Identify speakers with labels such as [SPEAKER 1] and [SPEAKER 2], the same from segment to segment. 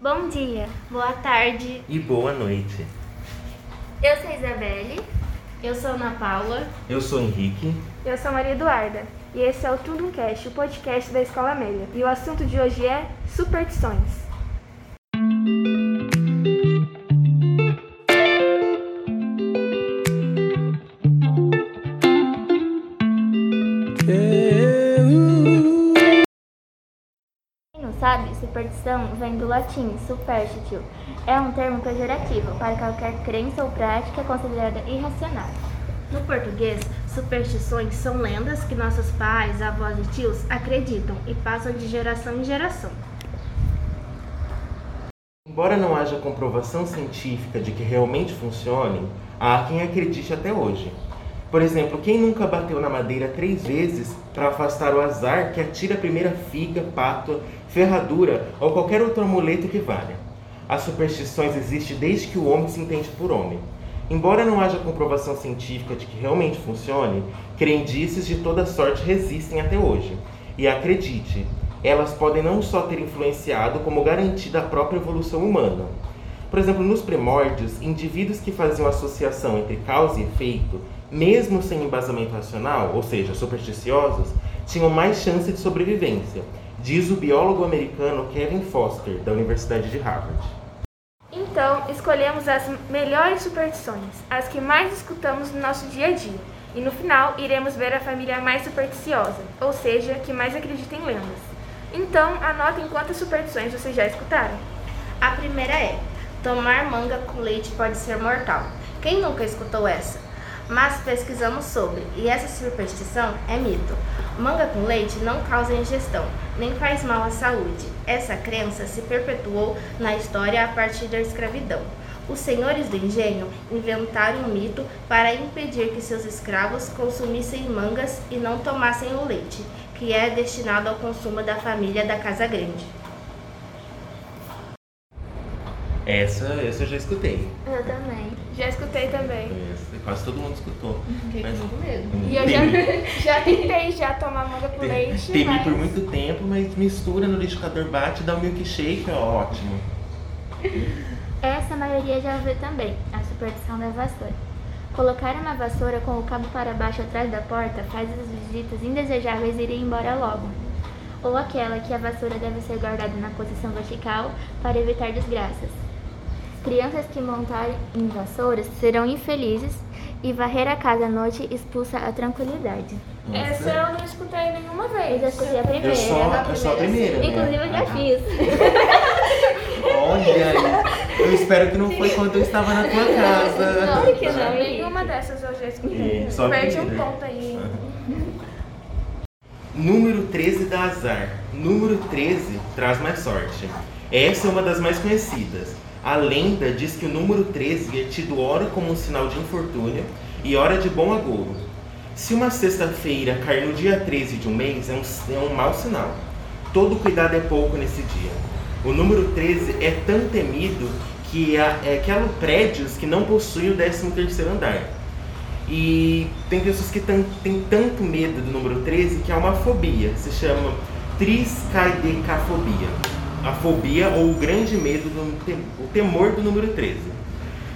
[SPEAKER 1] Bom dia, boa tarde.
[SPEAKER 2] E boa noite.
[SPEAKER 3] Eu sou a Isabelle.
[SPEAKER 4] Eu sou Ana Paula.
[SPEAKER 2] Eu sou o Henrique.
[SPEAKER 5] Eu sou a Maria Eduarda. E esse é o Tunduncast, o podcast da Escola Amélia. E o assunto de hoje é superstições.
[SPEAKER 3] sabe, superstição vem do latim superstitio. É um termo pejorativo para qualquer crença ou prática considerada irracional.
[SPEAKER 4] No português, superstições são lendas que nossos pais, avós e tios acreditam e passam de geração em geração.
[SPEAKER 2] Embora não haja comprovação científica de que realmente funcionem, há quem acredite até hoje. Por exemplo, quem nunca bateu na madeira três vezes para afastar o azar que atira a primeira figa, pátua, ferradura ou qualquer outro amuleto que valha. As superstições existem desde que o homem se entende por homem. Embora não haja comprovação científica de que realmente funcione, crendices de toda sorte resistem até hoje. E acredite, elas podem não só ter influenciado, como garantida a própria evolução humana. Por exemplo, nos primórdios, indivíduos que faziam associação entre causa e efeito, mesmo sem embasamento racional, ou seja, supersticiosos, tinham mais chance de sobrevivência, diz o biólogo americano Kevin Foster, da Universidade de Harvard.
[SPEAKER 5] Então, escolhemos as melhores superstições, as que mais escutamos no nosso dia a dia, e no final iremos ver a família mais supersticiosa, ou seja, que mais acredita em lendas. Então, anotem quantas superstições vocês já escutaram.
[SPEAKER 4] A primeira é: tomar manga com leite pode ser mortal. Quem nunca escutou essa? Mas pesquisamos sobre, e essa superstição é mito. Manga com leite não causa ingestão, nem faz mal à saúde. Essa crença se perpetuou na história a partir da escravidão. Os senhores do engenho inventaram um mito para impedir que seus escravos consumissem mangas e não tomassem o leite, que é destinado ao consumo da família da Casa Grande.
[SPEAKER 2] Essa, essa eu já escutei.
[SPEAKER 3] Eu também.
[SPEAKER 5] Já escutei também.
[SPEAKER 2] Essa, quase todo mundo escutou.
[SPEAKER 4] Fiquei
[SPEAKER 2] Mas- Hum.
[SPEAKER 4] com medo.
[SPEAKER 5] E eu já, já tentei já tomar manga com leite,
[SPEAKER 2] Temi
[SPEAKER 5] mas...
[SPEAKER 2] por muito tempo, mas mistura no liquidificador bate, dá um milkshake, ó, ótimo.
[SPEAKER 3] Essa a maioria já vê também, a superstição da vassoura. Colocar uma vassoura com o cabo para baixo atrás da porta faz as visitas indesejáveis irem embora logo. Ou aquela que a vassoura deve ser guardada na posição vertical para evitar desgraças. Crianças que montarem em vassouras serão infelizes e varrer a casa à noite expulsa a tranquilidade.
[SPEAKER 2] Nossa.
[SPEAKER 5] Essa eu não escutei nenhuma
[SPEAKER 3] Eu
[SPEAKER 5] vez.
[SPEAKER 3] já escutei a primeira.
[SPEAKER 2] Eu só, eu só a primeira. né?
[SPEAKER 3] Inclusive eu já
[SPEAKER 2] Ah,
[SPEAKER 3] fiz.
[SPEAKER 2] Olha aí. Eu espero que não foi quando eu estava na tua casa.
[SPEAKER 3] Claro que não.
[SPEAKER 5] Nenhuma dessas eu já escutei.
[SPEAKER 2] É, só a
[SPEAKER 5] Perde um
[SPEAKER 2] primeira.
[SPEAKER 5] ponto aí.
[SPEAKER 2] Número 13 dá azar. Número 13 traz mais sorte. Essa é uma das mais conhecidas. A lenda diz que o número 13 é tido ora como um sinal de infortúnio e ora de bom agouro. Se uma sexta-feira cair no dia 13 de um mês, é um, é um mau sinal. Todo cuidado é pouco nesse dia. O número 13 é tão temido que há, é, que há prédios que não possuem o 13 terceiro andar. E tem pessoas que tan- têm tanto medo do número 13 que há uma fobia, se chama triscaidecafobia. A fobia ou o grande medo, do tem- o temor do número 13.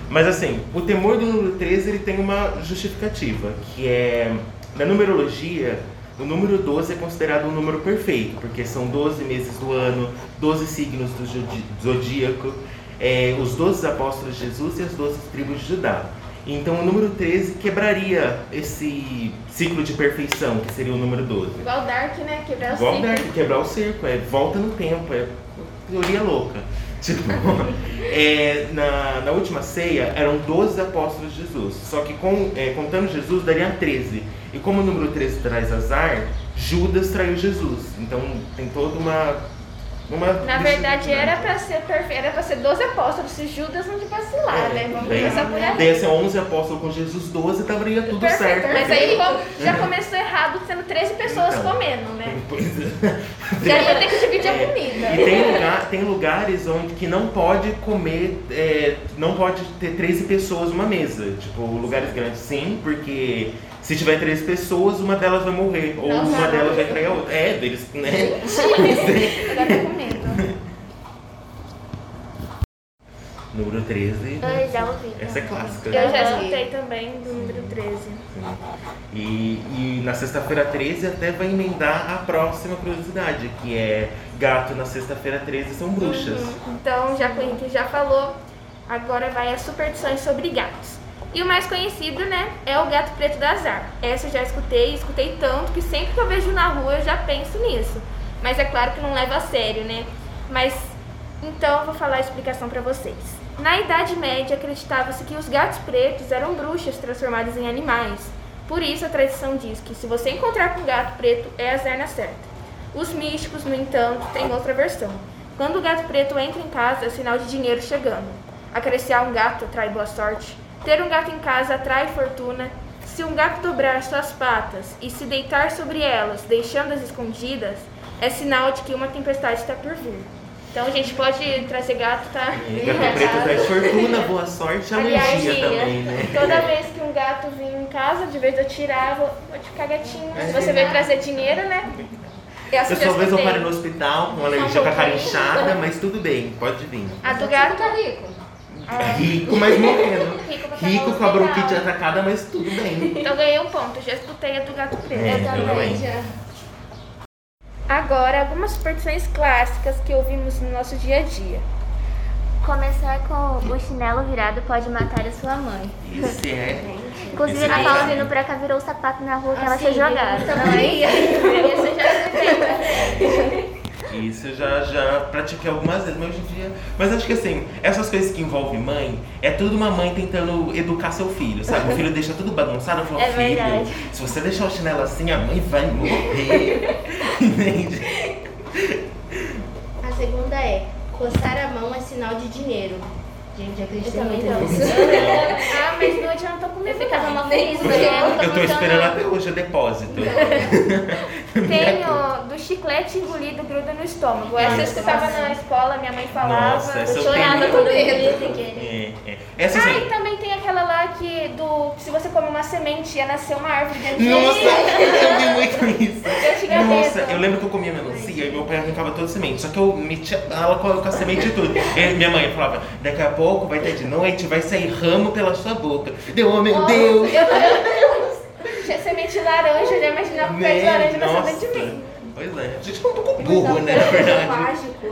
[SPEAKER 2] Mas assim, o temor do número 13 ele tem uma justificativa, que é na numerologia, o número 12 é considerado um número perfeito, porque são 12 meses do ano, 12 signos do jodi- zodíaco, é, os 12 apóstolos de Jesus e as 12 tribos de Judá. Então o número 13 quebraria esse ciclo de perfeição, que seria o número 12.
[SPEAKER 5] Igual Dark, né? Quebrar o
[SPEAKER 2] Volta,
[SPEAKER 5] ciclo.
[SPEAKER 2] quebrar o circo, é volta no tempo, é teoria louca. Tipo, é, na, na última ceia eram 12 apóstolos de Jesus, só que com, é, contando Jesus daria 13. E como o número 13 traz azar, Judas traiu Jesus. Então tem toda uma. uma
[SPEAKER 5] Na verdade,
[SPEAKER 2] né?
[SPEAKER 5] era pra ser perfeito, era pra ser 12 apóstolos, se Judas não te
[SPEAKER 2] É,
[SPEAKER 5] vacilar, né? Vamos
[SPEAKER 2] daí,
[SPEAKER 5] começar por aí.
[SPEAKER 2] Daí assim, 11 apóstolos com Jesus, 12, daria tudo certo. né? Uhum.
[SPEAKER 5] mas aí bom, já começou errado, sendo 13 pessoas
[SPEAKER 2] Então.
[SPEAKER 5] comendo, né?
[SPEAKER 2] Pois é.
[SPEAKER 5] Já ia ter que dividir a
[SPEAKER 2] É. E
[SPEAKER 5] comida.
[SPEAKER 2] tem, lugar, tem lugares onde que não pode comer, é, não pode ter 13 pessoas numa mesa. Tipo, lugares grandes sim, porque se tiver 13 pessoas, uma delas vai morrer. Ou
[SPEAKER 5] Nossa.
[SPEAKER 2] uma delas vai trair a outra. É, deles, né?
[SPEAKER 5] Agora tô com medo.
[SPEAKER 2] Número 13.
[SPEAKER 3] Eu já ouvi.
[SPEAKER 2] Essa é clássica.
[SPEAKER 5] Eu já
[SPEAKER 3] Aham.
[SPEAKER 5] escutei também do número 13.
[SPEAKER 2] E, e na sexta-feira 13 até vai emendar a próxima curiosidade, que é gato na sexta-feira 13 são bruxas.
[SPEAKER 3] Uhum.
[SPEAKER 5] Então, já que o Henrique já falou, agora vai as superstições sobre gatos. E o mais conhecido, né, é o gato preto da azar. Essa eu já escutei, escutei tanto que sempre que eu vejo na rua eu já penso nisso. Mas é claro que não leva a sério, né? Mas então eu vou falar a explicação pra vocês. Na Idade Média acreditava-se que os gatos pretos eram bruxas transformadas em animais. Por isso a tradição diz que se você encontrar com um gato preto é azar na certa. Os místicos, no entanto, têm outra versão. Quando o gato preto entra em casa, é sinal de dinheiro chegando. Acariciar um gato atrai boa sorte. Ter um gato em casa atrai fortuna. Se um gato dobrar suas patas e se deitar sobre elas, deixando-as escondidas, é sinal de que uma tempestade está por vir. Então a gente pode trazer gato, tá?
[SPEAKER 2] E gato preto traz fortuna, boa sorte, alergia
[SPEAKER 5] Alergia.
[SPEAKER 2] também, né?
[SPEAKER 5] Toda vez que um gato vinha em casa, de vez eu tirava, vou ficar gatinho.
[SPEAKER 2] É.
[SPEAKER 5] Se você veio trazer dinheiro, né? É assim
[SPEAKER 2] Eu
[SPEAKER 5] que eu
[SPEAKER 2] só vejo eu
[SPEAKER 5] escutei.
[SPEAKER 2] paro no hospital com alergia com a cara inchada, mas tudo bem, pode vir. É
[SPEAKER 5] A do gato
[SPEAKER 4] Tá rico.
[SPEAKER 2] Rico, mas morrendo.
[SPEAKER 5] Rico pra
[SPEAKER 2] Rico
[SPEAKER 5] pagar
[SPEAKER 2] com a
[SPEAKER 5] o
[SPEAKER 2] bronquite
[SPEAKER 5] hospital.
[SPEAKER 2] atacada, mas tudo bem.
[SPEAKER 5] Então ganhei um ponto, já escutei a do gato preto.
[SPEAKER 2] É, eu também.
[SPEAKER 5] Agora, algumas superstições clássicas que ouvimos no nosso dia a dia.
[SPEAKER 3] Começar com o chinelo virado pode matar a sua mãe.
[SPEAKER 2] Esse é.
[SPEAKER 3] Inclusive,
[SPEAKER 2] Esse
[SPEAKER 3] Ana Paula
[SPEAKER 2] aí.
[SPEAKER 3] vindo pra cá virou o sapato na rua que
[SPEAKER 5] Ah,
[SPEAKER 3] ela
[SPEAKER 4] Assim,
[SPEAKER 3] foi jogada.
[SPEAKER 4] Então, aí,
[SPEAKER 5] Essa eu já escutei.
[SPEAKER 2] Isso eu já, já pratiquei algumas vezes, mas hoje em dia. Mas acho que assim, essas coisas que envolvem mãe, é tudo uma mãe tentando educar seu filho, sabe? O filho deixa tudo bagunçado, eu falo,
[SPEAKER 3] É
[SPEAKER 2] filho,
[SPEAKER 3] verdade.
[SPEAKER 2] se você deixar o chinelo assim, a mãe vai morrer. Entende?
[SPEAKER 4] a segunda é coçar a mão é sinal de dinheiro. Gente, eu acreditei
[SPEAKER 3] também
[SPEAKER 4] muito
[SPEAKER 3] não.
[SPEAKER 4] nisso.
[SPEAKER 5] Ah, mas não adianta comigo.
[SPEAKER 3] Eu ficava mal feliz,
[SPEAKER 2] Eu,
[SPEAKER 5] é
[SPEAKER 3] né?
[SPEAKER 2] tô esperando até hoje o depósito.
[SPEAKER 5] Tenho do chiclete engolido gruda no estômago. Essa eu escutava na escola, minha mãe falava.
[SPEAKER 2] Nossa, essa eu
[SPEAKER 5] chorava
[SPEAKER 2] tenho.
[SPEAKER 5] quando eu
[SPEAKER 3] Medo.
[SPEAKER 5] via.
[SPEAKER 2] É, é. Essa
[SPEAKER 5] Ah, e
[SPEAKER 2] assim.
[SPEAKER 5] também tem aquela lá que do se você comer uma semente ia nascer uma árvore dentro de
[SPEAKER 2] Nossa,
[SPEAKER 5] você.
[SPEAKER 2] eu vi muito isso.
[SPEAKER 5] Eu tinha
[SPEAKER 2] Nossa,
[SPEAKER 5] medo.
[SPEAKER 2] eu lembro que eu comia melancia e meu pai arrancava toda a semente. Só que eu metia ela com a, com a semente e tudo. E minha mãe falava, daqui a pouco vai ter de noite, vai sair ramo pela sua boca. Deu, oh meu Deus!
[SPEAKER 5] Tinha semente de laranja, eu já imaginava um pé de laranja na
[SPEAKER 2] Nossa.
[SPEAKER 5] semente de mim.
[SPEAKER 2] Pois é, a gente não tá com burro, né, na
[SPEAKER 4] é
[SPEAKER 2] verdade.
[SPEAKER 4] Mágico.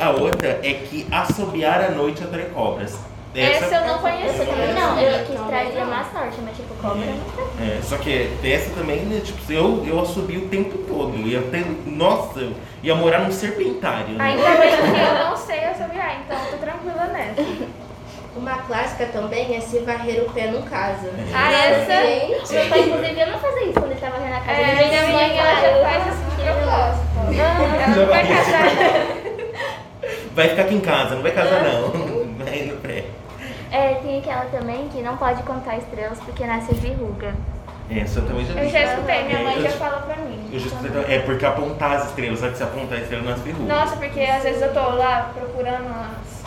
[SPEAKER 2] A outra é que assobiar à noite atrai cobras.
[SPEAKER 5] Essa eu não conheço também.
[SPEAKER 3] Não, eu quis trazer má sorte, mas tipo, cobra não tá.
[SPEAKER 2] É, só que dessa também, né, tipo, eu, eu assobi o tempo todo. Eu Ia ter, nossa, eu ia morar num serpentário, né?
[SPEAKER 5] Ainda bem que eu não sei assobiar, então eu tô tranquila nessa.
[SPEAKER 4] Uma clássica também é se varrer o pé no casa.
[SPEAKER 5] Ah, essa?
[SPEAKER 3] Meu pai, inclusive, eu não fazia isso quando ele tava na casa.
[SPEAKER 5] É,
[SPEAKER 3] Ele
[SPEAKER 5] minha mãe ela já faz assim que eu gosto. Ela não vai casar.
[SPEAKER 2] Vai ficar aqui em casa, não vai casar
[SPEAKER 5] É.
[SPEAKER 2] não. Vai no pré.
[SPEAKER 3] É, tem aquela também que não pode contar estrelas porque nasce verruga.
[SPEAKER 2] Essa eu É, também já vi.
[SPEAKER 5] Eu já escutei, minha mãe já fala pra
[SPEAKER 2] Eu
[SPEAKER 5] mim.
[SPEAKER 2] já escutei também. É porque apontar as estrelas, sabe que se apontar a estrela nas ferrugas.
[SPEAKER 5] Nossa, porque às vezes eu tô lá procurando uns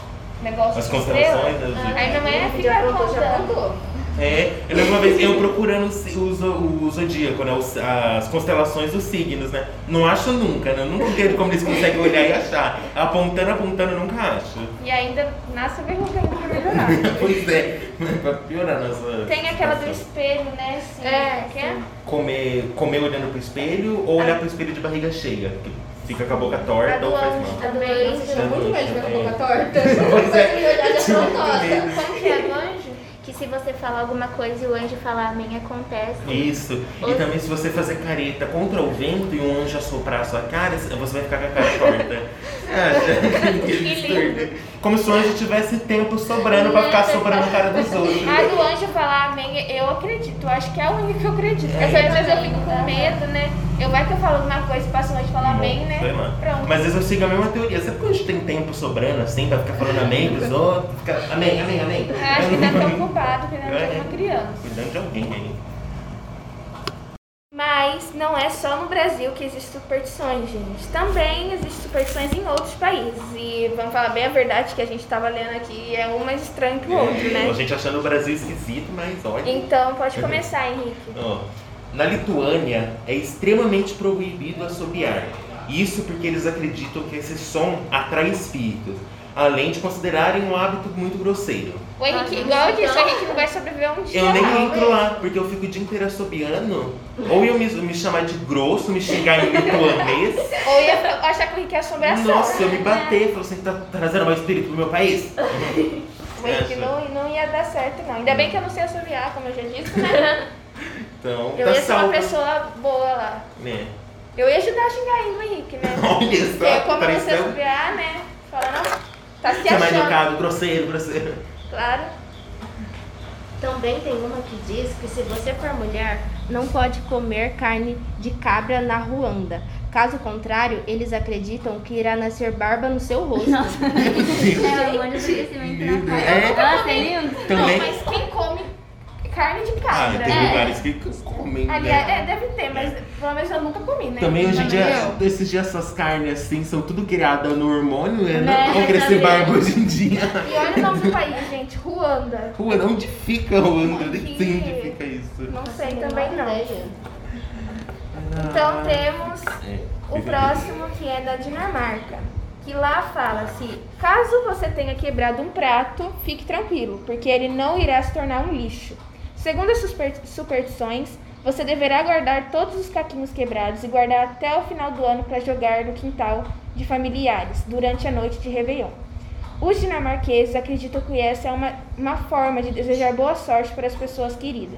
[SPEAKER 5] negócios
[SPEAKER 2] As
[SPEAKER 5] de estrela.
[SPEAKER 2] constelações. Né,
[SPEAKER 5] Aí minha mãe
[SPEAKER 4] Já
[SPEAKER 5] fica
[SPEAKER 4] aprontou, já
[SPEAKER 5] contando.
[SPEAKER 4] aprontou.
[SPEAKER 2] É, eu lembro uma vez eu procurando o, si- o, zo- o zodíaco, né? os- as constelações dos signos, né? Não acho nunca, né? Eu nunca entendo como eles conseguem olhar e achar. Apontando, apontando, eu nunca acho.
[SPEAKER 5] E ainda nasce verruga ainda pra melhorar.
[SPEAKER 2] Pois é, pra piorar uh, a nossa.
[SPEAKER 5] Tem aquela do
[SPEAKER 2] situação.
[SPEAKER 5] espelho, né? Assim,
[SPEAKER 3] É,
[SPEAKER 5] que é?
[SPEAKER 2] Comer, comer olhando pro espelho ou olhar pro espelho de barriga cheia, que fica com a boca torta ou faz mal.
[SPEAKER 4] A do banho, você tinha muito medo de ficar com a boca torta.
[SPEAKER 2] Pois é,
[SPEAKER 4] Você olhar de
[SPEAKER 2] tinha muito
[SPEAKER 4] afrontosa.
[SPEAKER 2] medo.
[SPEAKER 5] Como que é do anjo?
[SPEAKER 3] Que se você falar alguma coisa e o anjo falar amém, acontece.
[SPEAKER 2] Isso. E também se você fazer careta contra o vento e um anjo assoprar a sua cara, você vai ficar com a cara torta.
[SPEAKER 5] É,
[SPEAKER 2] Acha? Que absurdo. Como se o anjo tivesse tempo sobrando pra ficar sobrando a cara dos outros.
[SPEAKER 5] A do anjo falar amém, eu acredito. Acho que é a única que eu acredito. Porque às vezes eu fico com medo, né? Eu vai que eu falo alguma coisa e passo o anjo falar amém, né?
[SPEAKER 2] Sei lá.
[SPEAKER 5] Pronto.
[SPEAKER 2] Mas às vezes eu sigo a mesma teoria. Sabe quando a gente tem tempo sobrando assim pra ficar falando amém pros outros? Fica, amém, amém, amém.
[SPEAKER 5] Acho que tá tão culpado que não é uma criança.
[SPEAKER 2] Cuidando de alguém aí.
[SPEAKER 5] Mas não é só no Brasil que existem superstições, gente. Também existem superstições em outros países. E vamos falar bem a verdade que a gente tava lendo aqui é um mais estranho que o outro,
[SPEAKER 2] A
[SPEAKER 5] né?
[SPEAKER 2] gente achando o Brasil esquisito, mas olha.
[SPEAKER 5] Então pode começar, Henrique.
[SPEAKER 2] Ó, Na Lituânia é extremamente proibido assobiar. Isso porque eles acreditam que esse som atrai espíritos. além de considerarem um hábito muito grosseiro.
[SPEAKER 5] O Henrique, igual eu disse, o Henrique não vai sobreviver um dia.
[SPEAKER 2] Eu nem
[SPEAKER 5] não.
[SPEAKER 2] entro lá, porque eu fico o dia inteiro assobiando. Ou eu me, me chamar de grosso, me xingar em lituanês.
[SPEAKER 5] Ou ia achar que o Henrique é assombração.
[SPEAKER 2] Nossa, eu me bater, falou assim, tá trazendo mau espírito pro meu país.
[SPEAKER 5] O Henrique não, não ia dar certo, não. Ainda bem que eu não sei assobiar, como eu já disse, né?
[SPEAKER 2] Então,
[SPEAKER 5] Eu
[SPEAKER 2] tá
[SPEAKER 5] ia ser uma
[SPEAKER 2] salvo.
[SPEAKER 5] pessoa boa lá.
[SPEAKER 2] Né?
[SPEAKER 5] Eu ia ajudar a xingar ainda o Henrique, né?
[SPEAKER 2] Olha
[SPEAKER 5] Porque eu,
[SPEAKER 2] só,
[SPEAKER 5] como eu não sei
[SPEAKER 2] pareceu
[SPEAKER 5] assobiar, né? Fala, não, tá se
[SPEAKER 2] que é mais
[SPEAKER 5] achando.
[SPEAKER 2] educado, grosseiro, grosseiro.
[SPEAKER 5] Claro.
[SPEAKER 4] Também tem uma que diz que se você for mulher, não pode comer carne de cabra na Ruanda. Caso contrário, eles acreditam que irá nascer barba no seu rosto.
[SPEAKER 3] É, um monte de conhecimento na
[SPEAKER 2] É.
[SPEAKER 3] cara. Nossa, é lindo.
[SPEAKER 2] Também.
[SPEAKER 5] Não, mas quem come carne de
[SPEAKER 2] né? Ah,
[SPEAKER 5] cabra?
[SPEAKER 2] tem
[SPEAKER 3] É.
[SPEAKER 2] lugares que comem, né?
[SPEAKER 5] Aliás, é, deve ter, mas pelo menos eu nunca comi, né?
[SPEAKER 2] Também hoje em dia,
[SPEAKER 5] Eu.
[SPEAKER 2] esses dias essas carnes assim são tudo criadas no hormônio, né?
[SPEAKER 3] Né,
[SPEAKER 2] Não vão crescer
[SPEAKER 3] também.
[SPEAKER 2] barba hoje em dia.
[SPEAKER 5] E olha o nome do país, gente. Ruanda.
[SPEAKER 2] Ruanda, onde fica Ruanda? Nem sei onde
[SPEAKER 5] Aqui.
[SPEAKER 2] fica isso.
[SPEAKER 5] assim? Não sei também não.
[SPEAKER 2] Ah,
[SPEAKER 5] Então temos
[SPEAKER 2] é.
[SPEAKER 5] o próximo que é da Dinamarca. Que lá fala-se, caso você tenha quebrado um prato, fique tranquilo, porque ele não irá se tornar um lixo. Segundo as super- superstições, você deverá guardar todos os caquinhos quebrados e guardar até o final do ano para jogar no quintal de familiares durante a noite de Réveillon. Os dinamarqueses acreditam que essa é uma, uma forma de desejar boa sorte para as pessoas queridas.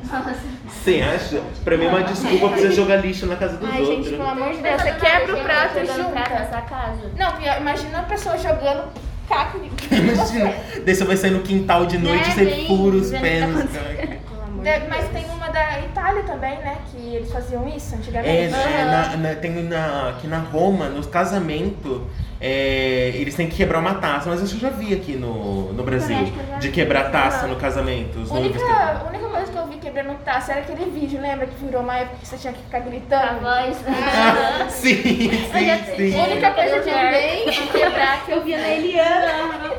[SPEAKER 2] Você acha? Pra mim é uma desculpa pra você jogar lixo na casa dos
[SPEAKER 5] Ai,
[SPEAKER 2] outros. né?
[SPEAKER 5] gente, pelo amor de Deus,
[SPEAKER 3] Pensa
[SPEAKER 5] você
[SPEAKER 3] do
[SPEAKER 5] quebra
[SPEAKER 3] nada,
[SPEAKER 5] o prato e
[SPEAKER 3] gente, tá jogando prato na
[SPEAKER 5] junta.
[SPEAKER 3] sua casa.
[SPEAKER 5] Não, pior, imagina a pessoa jogando caco de
[SPEAKER 2] Imagina. Daí você vai sair no quintal de noite e
[SPEAKER 3] Né,
[SPEAKER 2] você
[SPEAKER 3] bem,
[SPEAKER 2] fura os
[SPEAKER 3] vendo
[SPEAKER 2] pés.
[SPEAKER 3] que tá
[SPEAKER 5] De- Mas tem uma da Itália também, né? Que eles faziam isso
[SPEAKER 2] É,
[SPEAKER 5] antigamente.
[SPEAKER 2] é, na- na- tem na, aqui na Roma, nos casamentos, é, eles têm que quebrar uma taça. Mas isso eu já vi aqui no, no Brasil.
[SPEAKER 3] Parece que eu já
[SPEAKER 2] De
[SPEAKER 3] vi.
[SPEAKER 2] quebrar taça no casamento. os
[SPEAKER 5] A
[SPEAKER 2] noivos têm-
[SPEAKER 5] única, a única coisa que eu vi quebrando taça era aquele vídeo, lembra? Que virou uma época que você tinha que ficar
[SPEAKER 3] A
[SPEAKER 5] gritando.
[SPEAKER 3] voz.
[SPEAKER 2] Ah, sim,
[SPEAKER 3] Eu já
[SPEAKER 2] sim,
[SPEAKER 3] sei.
[SPEAKER 5] A
[SPEAKER 2] sim.
[SPEAKER 5] única coisa que eu vi quebrar que eu vi na Eliana.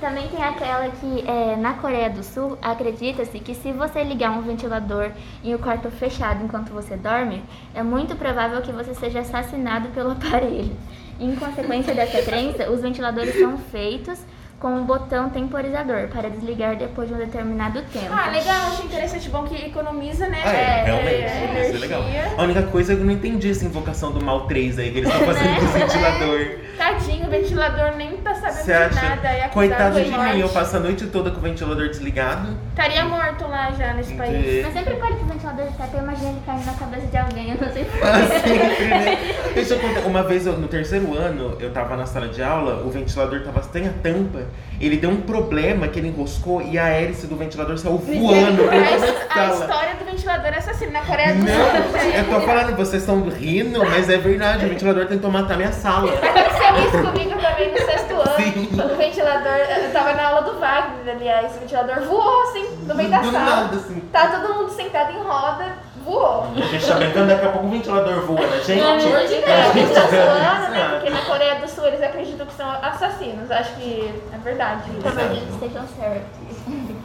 [SPEAKER 3] Também tem aquela que é, na Coreia do Sul acredita-se que se você ligar um ventilador em um quarto fechado enquanto você dorme, é muito provável que você seja assassinado pelo aparelho. Em consequência dessa crença, os ventiladores são feitos com um botão temporizador para desligar depois de um determinado tempo.
[SPEAKER 5] Ah, legal, achei interessante. Bom que economiza, né?
[SPEAKER 2] Ah, é, realmente,
[SPEAKER 5] energia.
[SPEAKER 2] isso é legal. A única coisa é que eu não entendi essa invocação do mal 3 aí, que eles estão fazendo com o ventilador.
[SPEAKER 5] Tadinho, o ventilador nem tá sabendo
[SPEAKER 2] Você
[SPEAKER 5] de
[SPEAKER 2] acha?
[SPEAKER 5] nada. e acusado
[SPEAKER 2] Coitado de
[SPEAKER 5] morte.
[SPEAKER 2] mim, eu passo a noite toda com o ventilador desligado.
[SPEAKER 5] Estaria morto lá já nesse país.
[SPEAKER 2] De-
[SPEAKER 3] Mas sempre pode que o ventilador está, eu imagino ele caindo na cabeça de alguém, eu não sei por
[SPEAKER 2] Ah,
[SPEAKER 3] quê.
[SPEAKER 2] sempre, né? Deixa eu contar. Uma vez, eu- no terceiro ano, eu tava na sala de aula, o ventilador tava sem a tampa. Ele deu um problema que ele enroscou e a hélice do ventilador saiu voando por toda a
[SPEAKER 5] A, a
[SPEAKER 2] sala.
[SPEAKER 5] história do ventilador assassino na Coreia do Sul.
[SPEAKER 2] Não, eu tô falando, vocês estão rindo, mas é verdade, o ventilador tentou matar minha sala.
[SPEAKER 5] Aconteceu isso comigo também no sexto ano.
[SPEAKER 2] Sim.
[SPEAKER 5] O ventilador, eu tava na aula do Wagner, aliás, o ventilador voou assim, no meio da
[SPEAKER 2] Do
[SPEAKER 5] sala.
[SPEAKER 2] nada, assim.
[SPEAKER 5] Tá todo mundo sentado em roda, voou.
[SPEAKER 2] A gente tá brincando, daqui a pouco o ventilador voa na gente. É.
[SPEAKER 5] Pelo amor de Deus, a gente tá zoando, né?
[SPEAKER 2] Exato.
[SPEAKER 5] Porque na Coreia do Sul eles acreditam que são assassinos. Acho que é verdade. isso.
[SPEAKER 3] Tomara que eles estejam certos.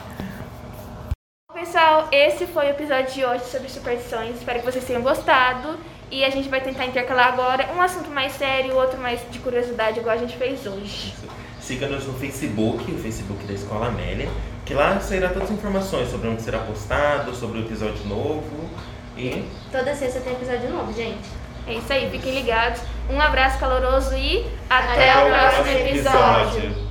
[SPEAKER 5] Pessoal, esse foi o episódio de hoje sobre superstições. Espero que vocês tenham gostado. E a gente vai tentar intercalar agora um assunto mais sério, outro mais de curiosidade, igual a gente fez hoje.
[SPEAKER 2] Siga-nos no Facebook, o Facebook da Escola Amélia, que lá sairá todas as informações sobre onde será postado, sobre o episódio novo. E
[SPEAKER 4] Toda sexta tem episódio novo, gente.
[SPEAKER 5] É isso aí, fiquem ligados. Um abraço caloroso e até,
[SPEAKER 2] até
[SPEAKER 5] o próximo episódio.
[SPEAKER 2] episódio.